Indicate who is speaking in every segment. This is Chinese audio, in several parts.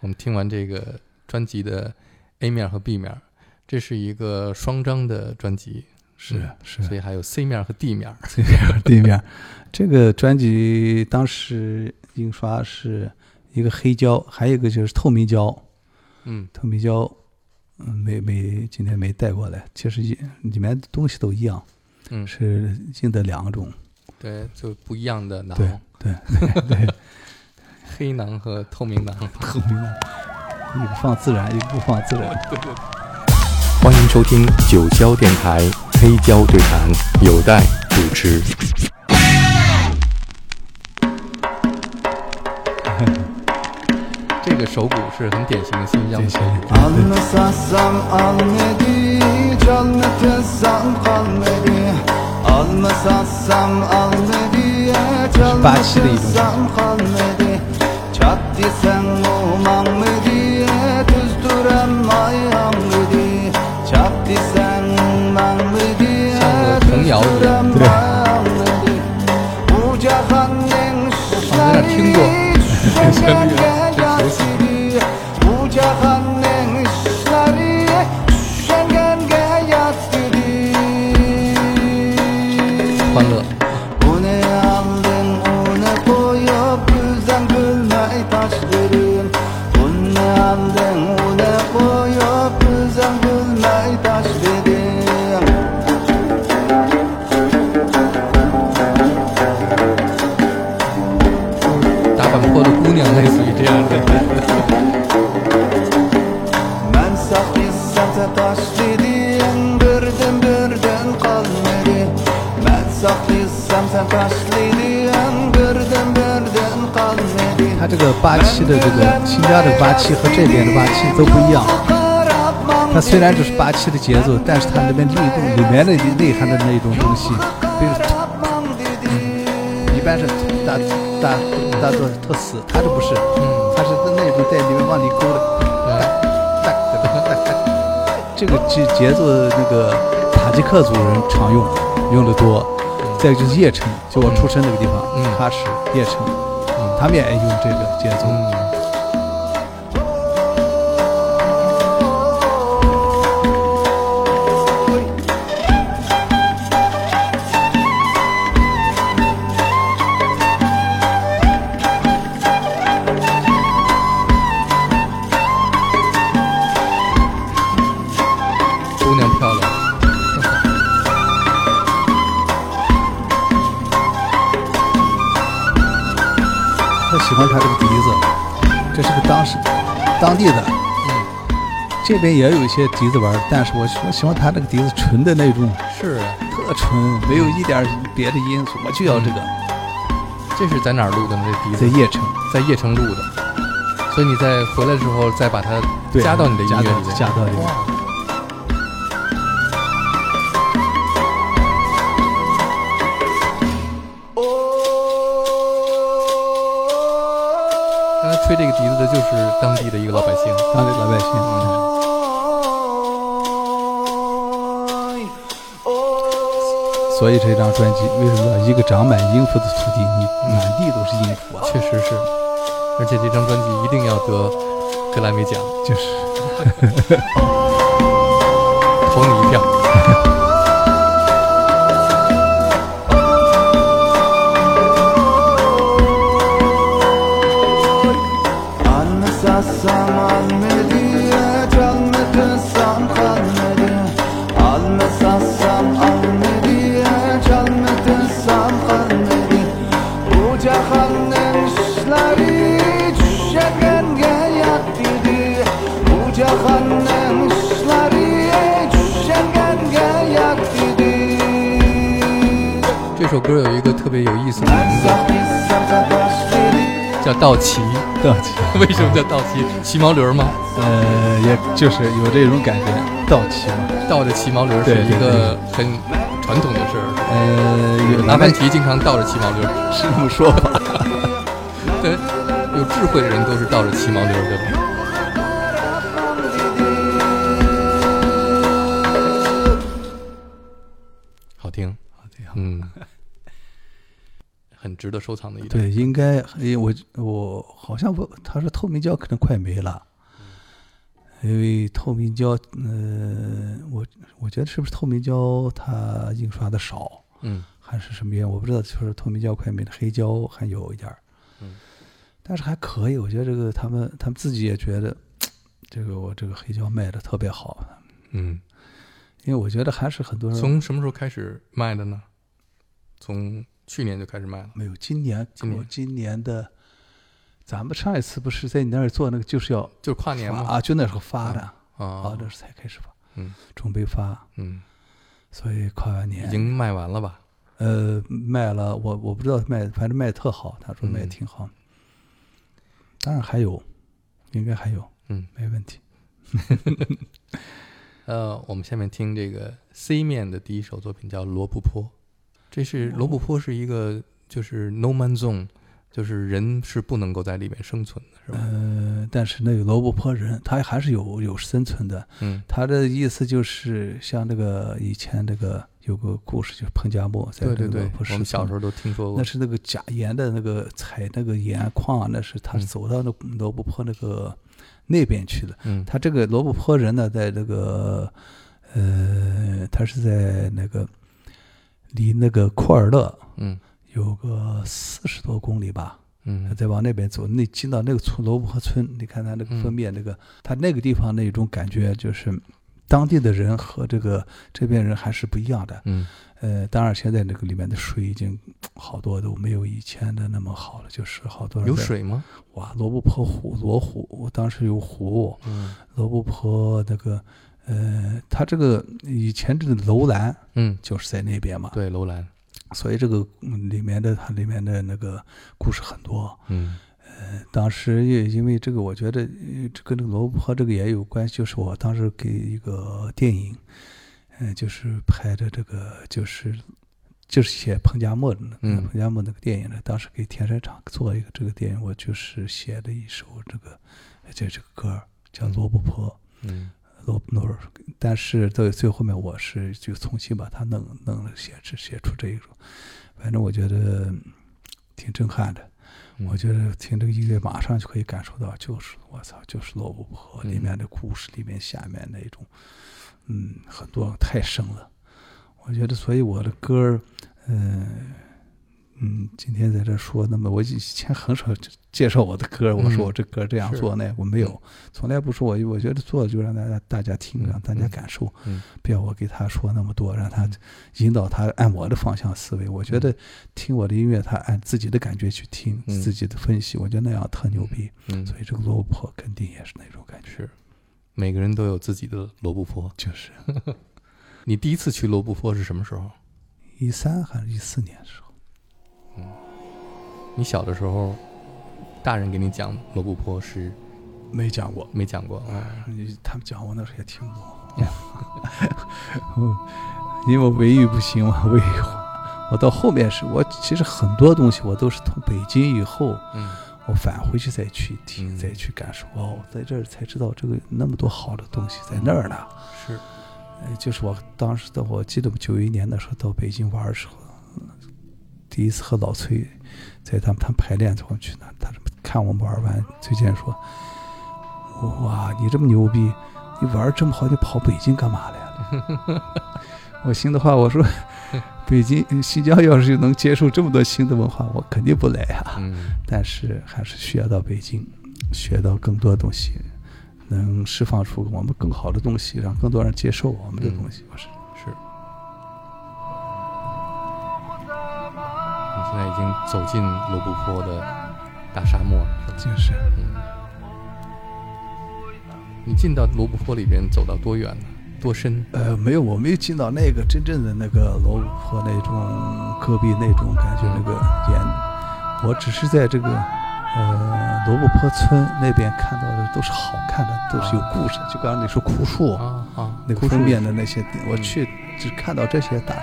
Speaker 1: 我们听完这个专辑的 A 面和 B 面，这是一个双张的专辑，
Speaker 2: 是
Speaker 3: 嗯
Speaker 2: 是
Speaker 1: 所以还有 C 面和 D 面。
Speaker 2: 这边对面，这个专辑当时印刷是一个黑胶，还有一个就是透明胶，
Speaker 1: 嗯
Speaker 2: 透明胶，嗯，没没今天没带过来，其实也里面的东西都一样，
Speaker 1: 嗯，
Speaker 2: 是印的两种，
Speaker 1: 对，就不一样的囊，
Speaker 2: 对对对，
Speaker 1: 黑囊和透明囊。
Speaker 2: 透明的，一个放自然，一个不放自然。
Speaker 3: 欢迎收听九霄电台黑胶对谈，有待主持。
Speaker 1: 这个手鼓是很典型的新疆的手鼓。
Speaker 4: Almasasam almedi, canmetesam kalmedi Almasasam almedi, canmetesam kalmedi Çat desen umam medi, düzdüren mayam medi Çat desen umam medi,
Speaker 1: 像个童谣一样。
Speaker 4: düzdüren mayam medi Bu cahanın
Speaker 1: 好像有点听过。
Speaker 4: Bu cahanın işleri Şengenge yat dedi
Speaker 1: 欢乐，
Speaker 4: Bu ne aldın o ne koyup Güzel gülmeyi taşlarım Bu ne aldın o ne koyup Güzel gülmeyi taşlarım
Speaker 1: 大坂坡的姑娘类似于这样的。
Speaker 4: Ben sahtissate taş dediğin birden birden kalmadı Ben sahtissam sen taş dediğin birden birden kalmadı
Speaker 2: 它这个八七的这个新疆的八七和这边的八七都不一样，它虽然只是八七的节奏，但是它里面内容里面的内涵的那种东西，比如一般是大大大做特死，它这不是，它是那种在里面往里勾的，哒哒哒哒哒这个节节奏那个塔吉克族人常用，用的多。再一个就是叶城，就我出生那个地
Speaker 1: 嗯
Speaker 2: 方，喀什叶城，嗯他们也爱用这个节奏。
Speaker 1: 嗯，姑娘漂亮，
Speaker 2: 他喜欢他这个笛子，这是个当时当地的，
Speaker 1: 嗯，
Speaker 2: 这边也有一些笛子玩儿，但是我喜我喜欢他这个笛子纯的那种，
Speaker 1: 是啊，
Speaker 2: 特纯，没有一点儿别的因素，我就要这个。
Speaker 1: 嗯这是在哪儿录的呢？这笛
Speaker 2: 在
Speaker 1: 子
Speaker 2: 叶城，
Speaker 1: 在叶城录的，所以你在回来的时候再把它
Speaker 2: 对
Speaker 1: 加到你的音乐
Speaker 2: 加到
Speaker 1: 里面。
Speaker 2: 加到里面
Speaker 1: 哇刚才吹这个笛子的就是当地的一个老百姓。
Speaker 2: 当地老百姓。
Speaker 1: 嗯
Speaker 2: 嗯所以这张专辑为什么要一个长满音符的土地，
Speaker 1: 嗯
Speaker 2: 你满地都是音符啊？
Speaker 1: 确实是，而且这张专辑一定要得格莱美奖，
Speaker 2: 就是
Speaker 1: 投你一票。
Speaker 4: Almasasam almadı, çalmasasam kalmadı Almasasam almadı, çalmasasam kalmadı Bu cahanın işleri düşegenge yattıydı Bu cahanın işleri düşegenge yattıydı
Speaker 1: 这首歌有一个特别有意思的
Speaker 4: Ben
Speaker 1: 名字，
Speaker 4: sahtissam sen taşları
Speaker 1: 叫道奇。
Speaker 2: 道奇，
Speaker 1: 为什么叫道奇？骑毛驴儿吗？
Speaker 2: 呃，也就是有这种感觉，道奇嘛。
Speaker 1: 倒着骑毛驴儿是
Speaker 2: 对对
Speaker 1: 一个很传统的事儿。
Speaker 2: 呃，有
Speaker 1: 达芬奇经常倒着骑毛驴儿，
Speaker 2: 是这么说 吧？
Speaker 1: 对，有智慧的人都是倒着骑毛驴儿，对吧？好听，好听，嗯，很值得收藏的一张。
Speaker 2: 对，应该诶我我好像不，他说透明胶可能快没了，
Speaker 1: 嗯
Speaker 2: 因为透明胶，呃，我我觉得是不是透明胶它印刷的少，
Speaker 1: 嗯
Speaker 2: 还是什么原因，我不知道，就是透明胶快没了，黑胶还有一点儿，
Speaker 1: 嗯，
Speaker 2: 但是还可以，我觉得这个他们他们自己也觉得，这个我这个黑胶卖的特别好，
Speaker 1: 嗯。
Speaker 2: 因为我觉得还是很多人
Speaker 1: 从什么时候开始卖的呢？从去年就开始卖了。
Speaker 2: 没有今年，
Speaker 1: 今年
Speaker 2: 我今年的，咱们上一次不是在你那儿做那个就是要。
Speaker 1: 就是跨年
Speaker 2: 发
Speaker 1: 嘛
Speaker 2: 啊，就那时候发的
Speaker 1: 啊
Speaker 2: 啊，那时候才开始发，
Speaker 1: 嗯，
Speaker 2: 准备发，
Speaker 1: 嗯，
Speaker 2: 所以跨完
Speaker 1: 已
Speaker 2: 年
Speaker 1: 经卖完了吧？
Speaker 2: 呃卖了，我我不知道卖，反正卖得特好，他说卖得
Speaker 1: 嗯
Speaker 2: 挺好，当然还有，应该还有，
Speaker 1: 嗯，
Speaker 2: 没问题，
Speaker 1: 呃，我们下面听这个 C 面的第一首作品叫《罗布泊》，这是罗布泊是一个就是 No Man Zone，就是人是不能够在里面生存的，是吧？
Speaker 2: 呃，但是那有罗布泊人，他还是有有生存的，
Speaker 1: 嗯，
Speaker 2: 他的意思就是像那个以前那个有个故事，就是彭加木在
Speaker 1: 对
Speaker 2: 那
Speaker 1: 对
Speaker 2: 个
Speaker 1: 对
Speaker 2: 罗布泊，
Speaker 1: 我
Speaker 2: 失
Speaker 1: 们小
Speaker 2: 踪
Speaker 1: 时候都听说过
Speaker 2: 那。是那个假盐的那个采那个盐矿，啊那是他是走到那罗布泊那个那边去的。
Speaker 1: 嗯
Speaker 2: 他这个罗布泊人呢，在那个呃，他是在那个离那个库尔勒
Speaker 1: 嗯
Speaker 2: 有个四十多公里吧，
Speaker 1: 嗯
Speaker 2: 再往那边走，那进到那个村罗布泊村，你看他那个封面，那个他那个地方那种感觉就是。当地的人和这个这边人还是不一样的，
Speaker 1: 嗯
Speaker 2: 呃，当然现在那个里面的水已经好多都没有以前的那么好了，就是好多
Speaker 1: 嗯，
Speaker 2: 人
Speaker 1: 有
Speaker 2: 在
Speaker 1: 水吗？
Speaker 2: 哇，罗布泊湖罗湖，我当时有湖，
Speaker 1: 嗯
Speaker 2: 罗布泊那个呃，它这个以前这个楼兰
Speaker 1: 嗯，
Speaker 2: 就是在那边嘛，
Speaker 1: 对，楼兰。
Speaker 2: 所以这个嗯里面的它里面的那个故事很多。
Speaker 1: 嗯
Speaker 2: 当时也因为这个，我觉得呃这跟这个罗布泊这个也有关系，就是我当时给一个电影，嗯，就是拍的这个就是就是写彭加木的那个，
Speaker 1: 嗯
Speaker 2: 彭加木那个电影呢，当时给田山厂做一个这个电影，我就是写的一首这个这这个歌儿叫《罗布泊》。
Speaker 1: 嗯
Speaker 2: 罗布诺尔，但是到最后面我是就重新把它弄弄了写出写出这一首，反正我觉得嗯挺震撼的。
Speaker 1: 嗯
Speaker 2: 我觉得听这个音乐马上就可以感受到，就是我操，就是罗布泊
Speaker 1: 嗯
Speaker 2: 里面的故事里面下面那种，嗯，很多太深了。我觉得，所以我的歌儿，嗯、嗯，今天在这说，那么我以前很少介绍我的歌儿，我
Speaker 1: 嗯
Speaker 2: 说我这歌儿这样
Speaker 1: 是
Speaker 2: 做那样，我没有，从来不说我，我觉得做就让大家大家听，
Speaker 1: 嗯
Speaker 2: 让大家
Speaker 1: 嗯
Speaker 2: 感受，
Speaker 1: 嗯
Speaker 2: 不要我给他说那么多，让他
Speaker 1: 嗯
Speaker 2: 引导他按我的方向思维。我觉得听我的音乐，他按自己的感觉去听，
Speaker 1: 嗯
Speaker 2: 自己的分析，我觉得那样特牛逼。
Speaker 1: 嗯，
Speaker 2: 所以这个落魄肯定也是那种感觉，
Speaker 1: 是，每个人都有自己的罗布泊。
Speaker 2: 就是
Speaker 1: 你第一次去罗布泊是什么时候？
Speaker 2: 一三还是一四年的时候，
Speaker 1: 你小的时候，大人给你讲罗布泊是
Speaker 2: 没讲过。
Speaker 1: 没讲过啊？
Speaker 2: 你他们讲我那时候也听不懂， 我因为我维语不行嘛，维语话。我到后面是我其实很多东西我都是从北京以后，
Speaker 1: 嗯
Speaker 2: 我返回去再去听，
Speaker 1: 嗯
Speaker 2: 再去感受。哦，我在这儿才知道这个那么多好的东西在那儿呢。
Speaker 1: 是，
Speaker 2: 呃，就是我当时的，我记得九一年的时候到北京玩的时候，第一次和老崔在他们他们排练，我们去那，他看我们玩完，崔健说：“哇，你这么牛逼，你玩儿这么好，你跑北京干嘛来了？” 我心的话，我说。 北京、新疆要是能接受这么多新的文化，我肯定不来啊。
Speaker 1: 嗯
Speaker 2: 但是还是需要到北京，学到更多东西，能释放出我们更好的东西，让更多人接受我们的东西。我是
Speaker 1: 是。你现在已经走进罗布泊的大沙漠了，是吧？
Speaker 2: 就是
Speaker 1: 嗯。你进到罗布泊里边，走到多远呢？多深？
Speaker 2: 呃，没有，我没有进到那个真正的那个罗布泊那种戈壁那种感觉，那个岩，我只是在这个呃罗布泊村那边看到的都是好看的，都是有故事的，就刚才你说枯树。
Speaker 1: 啊啊，
Speaker 2: 那个
Speaker 1: 枯树
Speaker 2: 封面的那些地，我
Speaker 1: 嗯
Speaker 2: 去只看到这些大，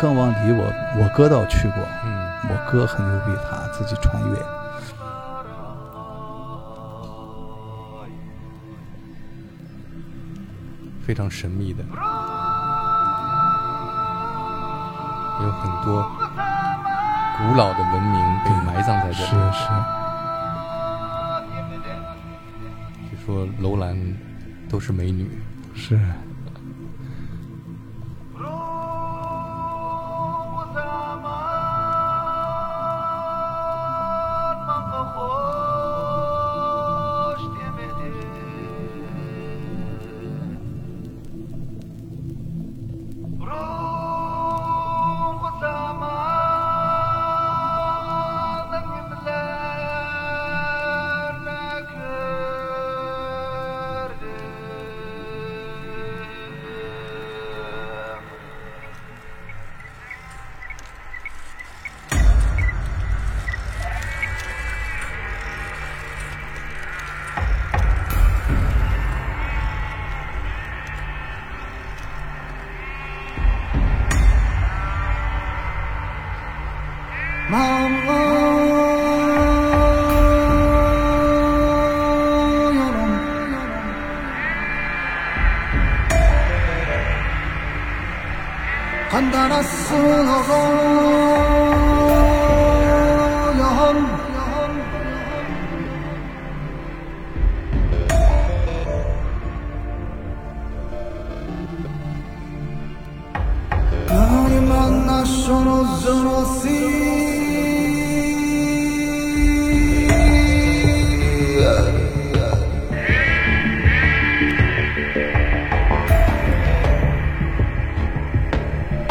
Speaker 2: 更往里我我哥倒去过，
Speaker 1: 嗯
Speaker 2: 我哥很牛逼，他自己穿越。
Speaker 1: 非常神秘的，有很多古老的文明被埋葬在这
Speaker 2: 是
Speaker 1: 里。
Speaker 2: 是，
Speaker 1: 据说楼兰都是美女。
Speaker 2: 是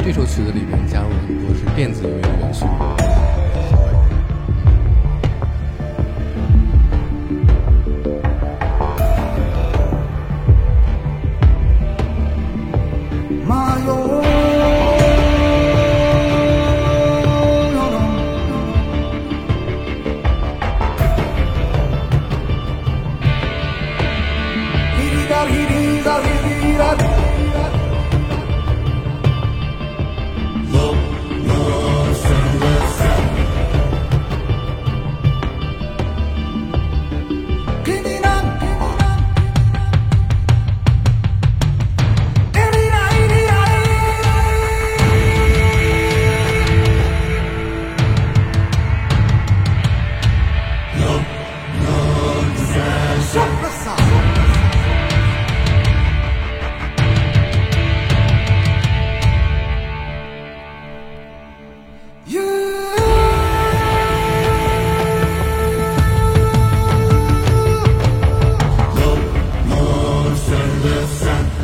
Speaker 1: 这首曲子里面加入了很多是电子音乐的元素，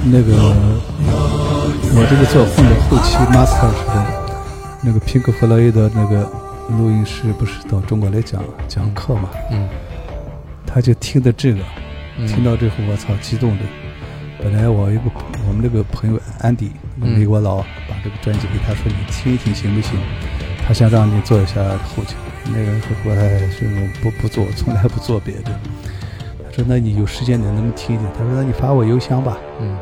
Speaker 2: 那个我这个做混的后期 master 时候，那个 Pink Floyd 的那个录音师不是到中国来讲讲课嘛，
Speaker 1: 嗯，
Speaker 2: 他就听的这个，
Speaker 1: 嗯
Speaker 2: 听到这后我操，激动的。本来我一个我们那个朋友安迪，
Speaker 1: 嗯
Speaker 2: 美国佬，把这个专辑给他说，你听一听行不行？他想让你做一下后期，那个我太太是不不做，从来不做别的。他说那你有时间你能不能听一听？他说那你发我邮箱吧。
Speaker 1: 嗯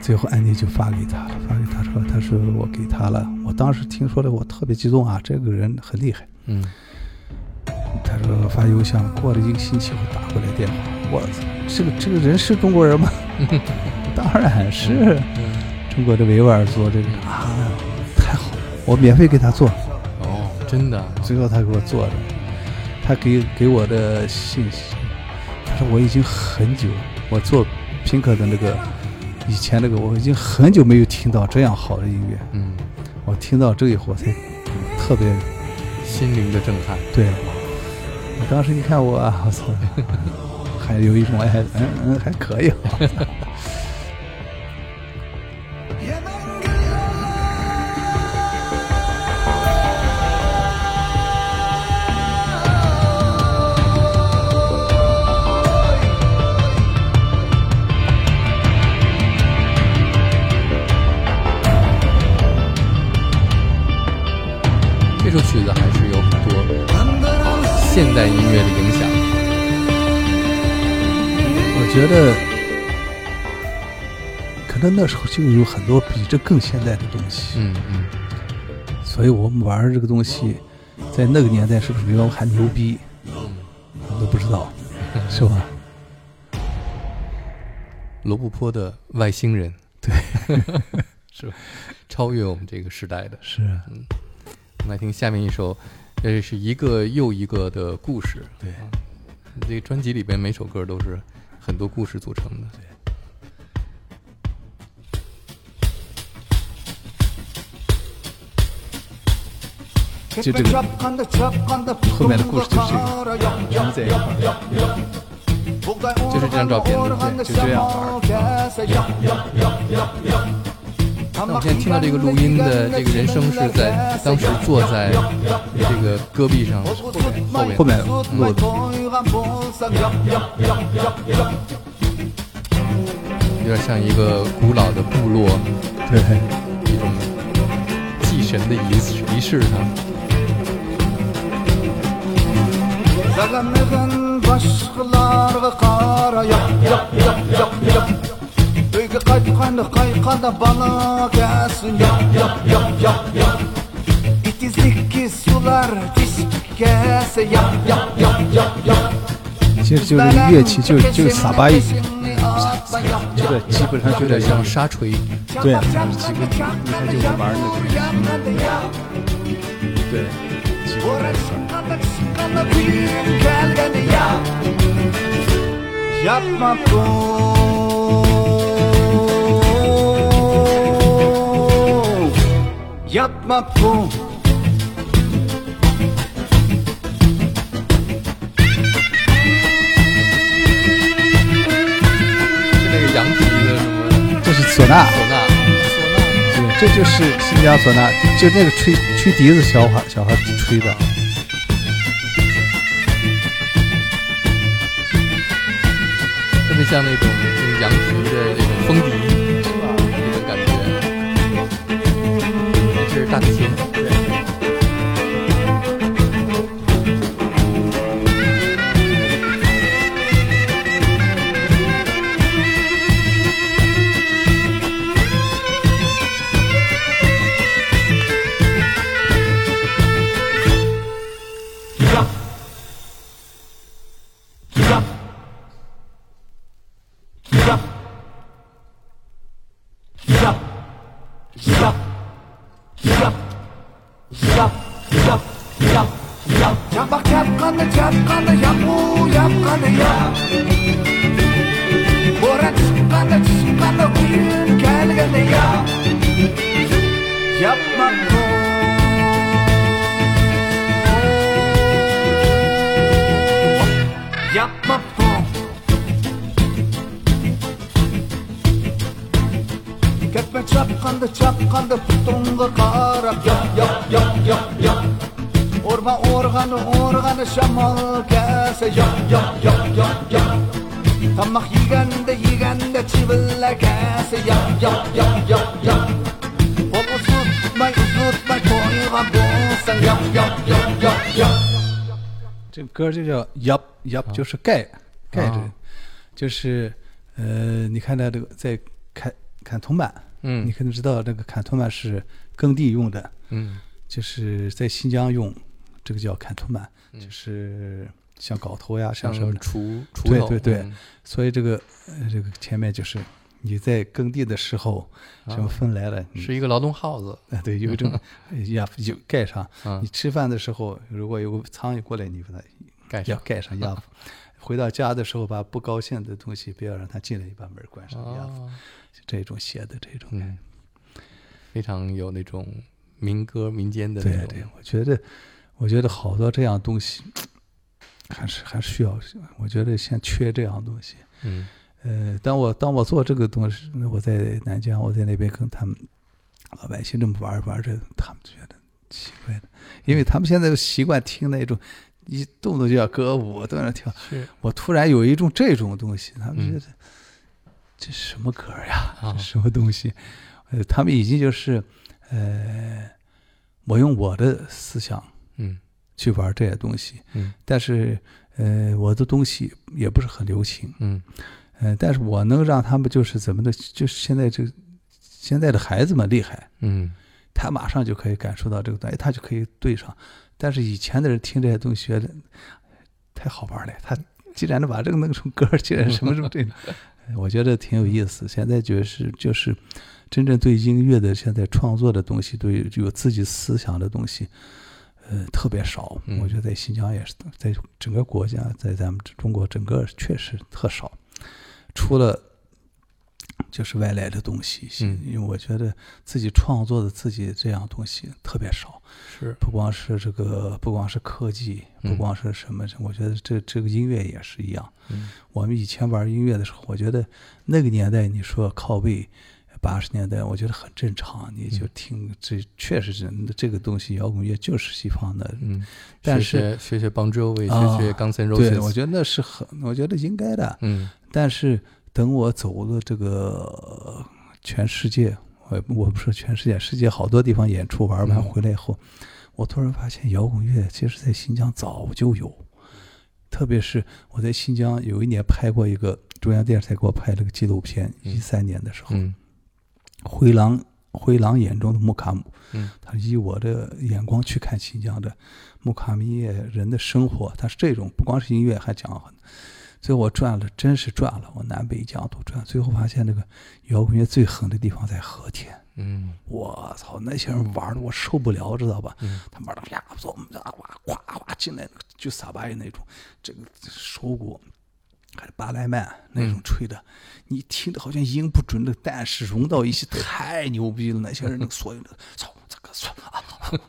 Speaker 2: 最后安迪就发给他了，发给他说，他说我给他了。我当时听说了，我特别激动啊，这个人很厉害。
Speaker 1: 嗯，
Speaker 2: 他说发邮箱，过了一个星期我打过来电话，我操，这个这个人是中国人吗？当然是中国的维吾尔族这个啊，太好了，我免费给他做，
Speaker 1: 哦，真的啊，
Speaker 2: 最后他给我做的，他给给我的信息，他说我已经很久，我做 Pink 的那个以前那个，我已经很久没有听到这样好的音乐，
Speaker 1: 嗯，
Speaker 2: 我听到这以后我才特别
Speaker 1: 心灵的震撼，
Speaker 2: 对，我当时一看我， 我操，还有一种哎，嗯嗯，还可以。
Speaker 1: 这首曲子还是有很多现代音乐的影响，
Speaker 2: 我觉得，可能那时候就有很多比这更现代的东西，
Speaker 1: 嗯嗯
Speaker 2: 所以我们玩这个东西，在那个年代是不是比我们还牛逼，我们都不知 道，是吧？
Speaker 1: 罗布泊的外星人，
Speaker 2: 对，
Speaker 1: 是吧超越我们这个时代的。
Speaker 2: 是，
Speaker 1: 嗯们来听下面一首，这是一个又一个的故事。
Speaker 2: 对
Speaker 1: 啊，这个专辑里边每首歌都是很多故事组成的。
Speaker 2: 就这个后面的故事就是这个，这一块儿，
Speaker 4: 就是这张照片，对不对？就这样玩儿。那
Speaker 1: 那我
Speaker 4: 我们现
Speaker 1: 现在听
Speaker 4: 在听到
Speaker 1: 到这
Speaker 4: 这
Speaker 1: 个
Speaker 4: 个录
Speaker 1: 录
Speaker 4: 音
Speaker 1: 音
Speaker 4: 的
Speaker 1: 的这
Speaker 4: 这个
Speaker 1: 个人
Speaker 4: 人声
Speaker 1: 声
Speaker 4: 是
Speaker 1: 是
Speaker 4: 在
Speaker 1: 在
Speaker 4: 当
Speaker 1: 当
Speaker 4: 时
Speaker 1: 时
Speaker 4: 坐
Speaker 1: 坐
Speaker 4: 在
Speaker 1: 在这个戈壁上后面
Speaker 2: 后面
Speaker 4: 落
Speaker 2: 落
Speaker 4: 的
Speaker 2: 的，
Speaker 1: 有点像一个古老的部落
Speaker 2: 对，
Speaker 1: 一种祭神的仪式仪式上。
Speaker 4: Үйге қайтқанда қайқанда бала кәсін яп яп яп яп яп итезлікке сулар тесіккәсі яп яп яп яп яп
Speaker 2: 其实就是乐器，就是就是萨巴伊，这个基本上就
Speaker 1: 有点
Speaker 2: 得
Speaker 1: 像沙锤，
Speaker 2: 对，它是几个，你看就是玩的这个，对，几个在一块儿。
Speaker 4: Yapma bu Yapma bu
Speaker 1: 是那个羊皮的什么
Speaker 2: 这是唢呐，
Speaker 1: 唢呐，
Speaker 2: 对，这就是新疆唢呐，就那个吹吹笛子小孩小孩吹的。
Speaker 1: 特别像那种就是羊皮的那种风笛，那种感觉。这是大提琴，
Speaker 4: Yapak yapkanı çapkanı yapu yapkanı yap Bora çıkkanı çıkkanı kuyun gelgeni yap Yapma bu Yapma bu Ketme çapkandı çapkandı putunga karap Yap yap yap yap yap Orma organı organı şamal kese Yap yap yap yap yap Tamak yigende yigende çiville kese Yap yap yap yap yap Hop usutmay usutmay koyga bulsan Yap yap yap yap yap
Speaker 2: 这歌就叫 Yup Yup，就是盖盖着，就是呃，你看到这个在砍砍铜板，
Speaker 1: 嗯
Speaker 2: 你可能知道那个砍铜板是耕地用的，
Speaker 1: 嗯，
Speaker 2: 就是在新疆用，这个叫砍铜板，就是像镐头呀，像
Speaker 1: 嗯像
Speaker 2: 什
Speaker 1: 什
Speaker 2: 么
Speaker 1: 么
Speaker 2: 的。
Speaker 1: 锄锄
Speaker 2: 对
Speaker 1: 头，
Speaker 2: 对对
Speaker 1: 嗯，
Speaker 2: 所以这个呃这个前面就是你在耕地的时候，什么风来了，你
Speaker 1: 啊是一个劳动号子，
Speaker 2: 啊，对，有 一种呀，有盖上。
Speaker 1: 嗯
Speaker 2: 你吃饭的时候，如果有个苍蝇过来，你把它
Speaker 1: 盖
Speaker 2: 要
Speaker 1: 上
Speaker 2: 盖上 鸭回到家的时候，把不高兴的东西不要让它进来，把门关上鸭
Speaker 1: 哦，
Speaker 2: 就这种写的这种感
Speaker 1: 嗯，非常有那种民歌民间的
Speaker 2: 觉。
Speaker 1: 那
Speaker 2: 对
Speaker 1: 种
Speaker 2: 对，我觉得，我觉得好多这样东西，还是还是需要，我觉得现在缺这样东西。
Speaker 1: 嗯
Speaker 2: 呃，当我当我做这个东西，那我在南疆，我在那边跟他们老百姓这么玩儿玩儿着，他们觉得奇怪的，因为他们现在习惯听那种一动不动就要歌舞，动不动跳。
Speaker 1: 是
Speaker 2: 我突然有一种这种东西，他们
Speaker 1: 嗯
Speaker 2: 觉得、这是什么歌儿呀？
Speaker 1: 啊
Speaker 2: 这 什么东西？呃，他们已经就是呃，我用我的思想
Speaker 1: 嗯
Speaker 2: 去玩儿这些东西，
Speaker 1: 嗯
Speaker 2: 但是呃，我的东西也不是很流行。
Speaker 1: 嗯
Speaker 2: 嗯，但是我能让他们就是怎么的，就是现在这现在的孩子们厉害，
Speaker 1: 嗯
Speaker 2: 他马上就可以感受到这个东西，他就可以对上。但是以前的人听这些东西觉得太好玩了，他既然能把这个弄成歌儿，既然什么什么这个，我觉得挺有意思。现在就是就是真正对音乐的现在创作的东西，对有自己思想的东西，呃，特别少。
Speaker 1: 嗯
Speaker 2: 我觉得在新疆也是，在整个国家，在咱们中国整个确实特少，除了。就是外来的东西，
Speaker 1: 嗯
Speaker 2: 因为我觉得自己创作的自己这样东西特别少，
Speaker 1: 是
Speaker 2: 不光是这个，不光是科技，
Speaker 1: 嗯
Speaker 2: 不光是什么，我觉得这这个音乐也是一样。
Speaker 1: 嗯
Speaker 2: 我们以前玩音乐的时候，我觉得那个年代你说靠背，八十年代，我觉得很正常，你
Speaker 1: 嗯
Speaker 2: 就听这确实是这个东西，摇滚乐就是西方的。
Speaker 1: 嗯，
Speaker 2: 但
Speaker 1: 学学学学 Bon Jovi，
Speaker 2: 啊
Speaker 1: 学学 Guns N'
Speaker 2: 对，我
Speaker 1: Roses，
Speaker 2: 觉得那是很，我觉得应该的。
Speaker 1: 嗯
Speaker 2: 但是等我走了这个呃全世界，我我不是全世界，世界好多地方演出玩完
Speaker 1: 嗯
Speaker 2: 回来以后，我突然发现摇滚乐其实在新疆早就有，特别是我在新疆有一年拍过一个中央电视台给我拍了个纪录片，
Speaker 1: 嗯
Speaker 2: 一三年的时候，
Speaker 1: 嗯
Speaker 2: 灰狼灰狼眼中的穆卡姆，
Speaker 1: 嗯
Speaker 2: 他以我的眼光去看新疆的穆卡米耶人的生活，他是这种不光是音乐，还讲很。最后我转了，真是转了，我南北疆都转，最后发现那个摇滚乐最狠的地方在和田。
Speaker 1: 嗯
Speaker 2: 我操，那些人玩的我受不了，知道吧？
Speaker 1: 嗯
Speaker 2: 他玩的呀，我们哇哗哗进来，就撒巴耶那种，这个手鼓还是巴莱曼那种吹的，你听的好像音不准的，但是融到一起太牛逼了。那些人那个所有的操这个操啊，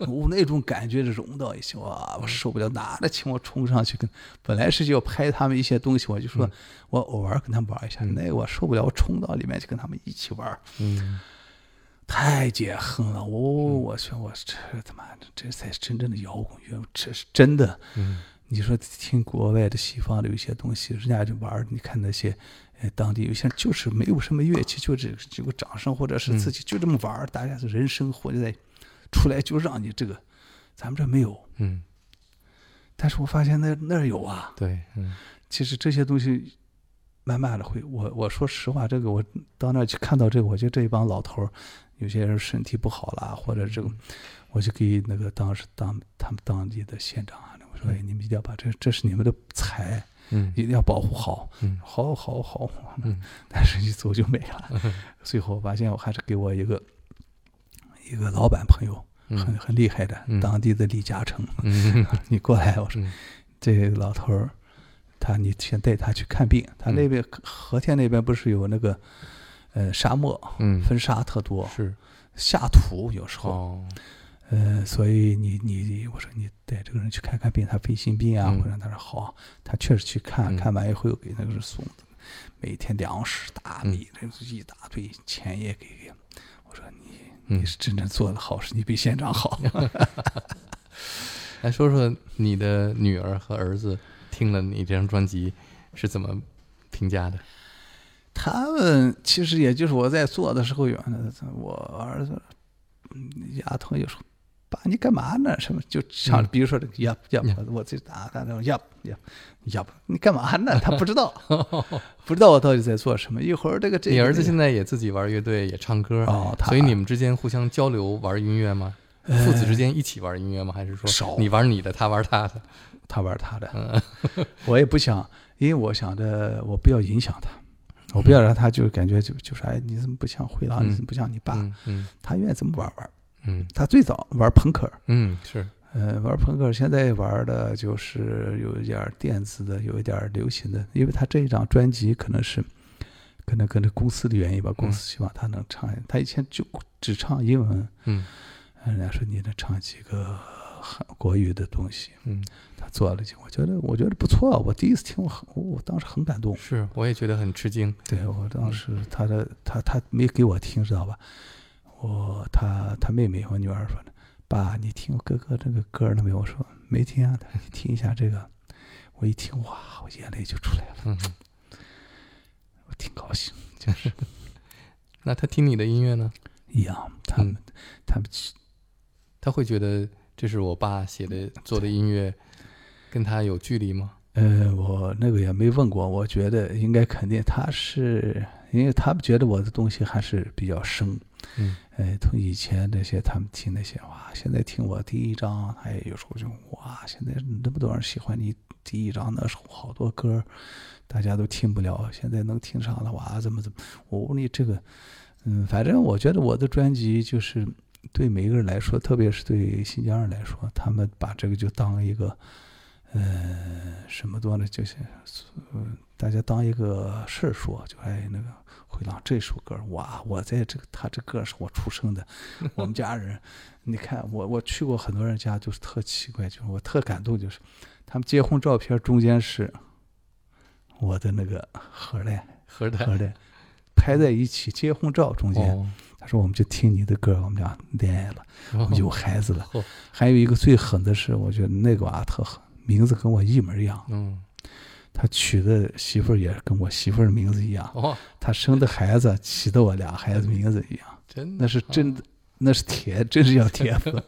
Speaker 2: 我那种感觉融到一起，哇，我受不了，拿着琴我冲上去跟，本来是要拍他们一些东西，我就说、我偶尔跟他们玩一下，那个我受不了，我冲到里面去跟他们一起玩儿。
Speaker 1: 嗯
Speaker 2: 太解恨了！我我去，我这他妈的这才是真正的摇滚乐，这是真的。
Speaker 1: 嗯
Speaker 2: 你说听国外的西方的有一些东西，人家就玩儿，你看那些，呃，当地有些人就是没有什么乐器，就这这个掌声或者是自己就这么玩儿，大家是人生活就在出来就让你这个，咱们这没有。
Speaker 1: 嗯，
Speaker 2: 但是我发现那那儿有啊，
Speaker 1: 对，嗯
Speaker 2: 其实这些东西慢慢的会，我我说实话，这个我到那儿去看到这个，我觉得这一帮老头儿，有些人身体不好啦，或者这
Speaker 1: 嗯
Speaker 2: 个，我就给那个当时当他们当地的县长啊，我说，哎，你们一定要把这这是你们的财，
Speaker 1: 嗯
Speaker 2: 一定要保护好，
Speaker 1: 嗯
Speaker 2: 好好好，
Speaker 1: 嗯
Speaker 2: 但是一走就没了。最后发现我还是给我一个一个老板朋友，很
Speaker 1: 嗯
Speaker 2: 很厉害的，
Speaker 1: 嗯
Speaker 2: 当地的李嘉诚，
Speaker 1: 嗯
Speaker 2: 你过来，我说。
Speaker 1: 嗯
Speaker 2: 这个老头儿，他你先带他去看病。
Speaker 1: 嗯
Speaker 2: 他那边和田那边不是有那个呃沙漠，
Speaker 1: 嗯，
Speaker 2: 风沙特多，
Speaker 1: 是
Speaker 2: 下土有时候，
Speaker 1: 哦，
Speaker 2: 呃，所以你你你我说你带这个人去看看病，他肺心病啊，
Speaker 1: 嗯
Speaker 2: 或者他说好，他确实去
Speaker 1: 嗯
Speaker 2: 看看完以后又给那个人送，每天粮食、大米，这一大堆，钱也给给。我说你
Speaker 1: 嗯
Speaker 2: 你是真正做了好事，你比县长好。
Speaker 1: 来哎说说你的女儿和儿子听了你这张专辑是怎么评价的？
Speaker 2: 他们其实也就是我在做的时候，原来我儿子，嗯丫头就说：“爸，你干嘛呢？什么就像
Speaker 1: 嗯
Speaker 2: 比如说这个呀呀，我最打他那种呀呀呀，你干嘛呢？他不知 道，不知道我到底在做什么。一会儿这个这个
Speaker 1: 你儿子
Speaker 2: 这个
Speaker 1: 现在也自己玩乐队，也唱歌，
Speaker 2: 哦他呃
Speaker 1: 所以你们之间互相交流玩音乐吗？父子之间一起玩音乐吗？还是说
Speaker 2: 少
Speaker 1: 你玩你的，他玩他的？
Speaker 2: 他玩他的，
Speaker 1: 嗯
Speaker 2: 我也不想，因为我想着我不要影响他，我不要让他就感觉就就是哎，你怎么不像灰狼？
Speaker 1: 嗯
Speaker 2: 你怎么不像你爸？
Speaker 1: 嗯嗯
Speaker 2: 他愿意怎么玩玩。
Speaker 1: 嗯
Speaker 2: 他最早玩朋克，
Speaker 1: 嗯，是
Speaker 2: 呃，玩朋克现在玩的就是有一点儿电子的，有一点儿流行的，因为他这一张专辑可能是，可能可能公司的原因吧，公司希望他能唱。他以前就只唱英文，哎
Speaker 1: 嗯
Speaker 2: 人家说你能唱几个韩国语的东西，
Speaker 1: 嗯
Speaker 2: 他做了几个，我觉得我觉得不错，啊我第一次听我很，我我当时很感动。
Speaker 1: 是，我也觉得很吃惊。
Speaker 2: 对我当时他的他他没给我听，知道吧？我他他妹妹我女儿说的，爸，你听我哥哥这个歌了没有？我说没听啊，他说你听一下这个。我一听哇，我眼泪就出来了，
Speaker 1: 嗯，
Speaker 2: 我挺高兴。
Speaker 1: 那他听你的音乐呢？
Speaker 2: 一样，他们、他们
Speaker 1: 他会觉得这是我爸写的做的音乐，跟他有距离吗？
Speaker 2: 呃，我那个也没问过，我觉得应该肯定他是，因为他们觉得我的东西还是比较生，
Speaker 1: 嗯，
Speaker 2: 呃，从以前那些他们听那些哇，现在听我第一张，哎，有时候就哇，现在那么多人喜欢你第一张，那时候好多歌儿大家都听不了，现在能听上了哇，怎么怎么？我问你这个，嗯，反正我觉得我的专辑就是对每一个人来说，特别是对新疆人来说，他们把这个就当一个，呃，什么多呢？就是、呃大家当一个事儿说，就哎那个回浪这首歌，哇，我在这个他这歌是我 出生的，我们家人，你看我我去过很多人家，就是特奇怪，就是我特感动，就是他们结婚照片中间是我的那个盒儿嘞。
Speaker 1: 核
Speaker 2: 合
Speaker 1: 弹
Speaker 2: 的拍在一起结婚照中间。
Speaker 1: 哦，
Speaker 2: 他说我们就听你的歌，我们俩恋爱了，我们有孩子了。
Speaker 1: 哦
Speaker 2: 还有一个最狠的是，我觉得那个娃特狠，名字跟我一模一样，
Speaker 1: 嗯
Speaker 2: 他娶的媳妇儿也跟我媳妇儿的名字一样，
Speaker 1: 哦，
Speaker 2: 他生的孩子起的我俩孩子名字一样，
Speaker 1: 真的
Speaker 2: 那是
Speaker 1: 好
Speaker 2: 真的，那是铁，真是叫铁 粉。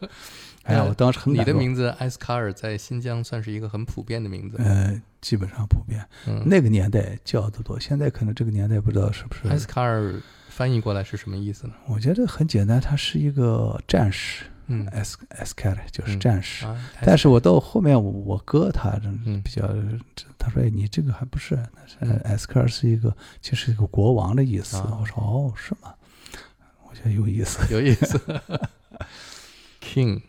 Speaker 2: 哎呀，我当时很
Speaker 1: 你
Speaker 2: 感
Speaker 1: 的
Speaker 2: 动。
Speaker 1: 名字埃斯卡尔在新疆算是一个很普遍的名字。
Speaker 2: 呃，基本上普遍，
Speaker 1: 嗯，
Speaker 2: 那个年代叫的多，现在可能这个年代不知道是不
Speaker 1: 埃
Speaker 2: 是
Speaker 1: 斯。卡尔翻译过来是什么意思呢？
Speaker 2: 我觉得很简单，他是一个战士，
Speaker 1: 嗯
Speaker 2: S S K 就是
Speaker 1: 嗯
Speaker 2: 战士。
Speaker 1: 啊，
Speaker 2: 但是我到后面，我我哥他
Speaker 1: 嗯
Speaker 2: 比较，他说：“哎，你这个还不是，那是 S K 是一个，其实是一个国王的意思。
Speaker 1: 啊
Speaker 2: 我说：“ 哦，是吗？”我觉得有意思。
Speaker 1: 有意思。King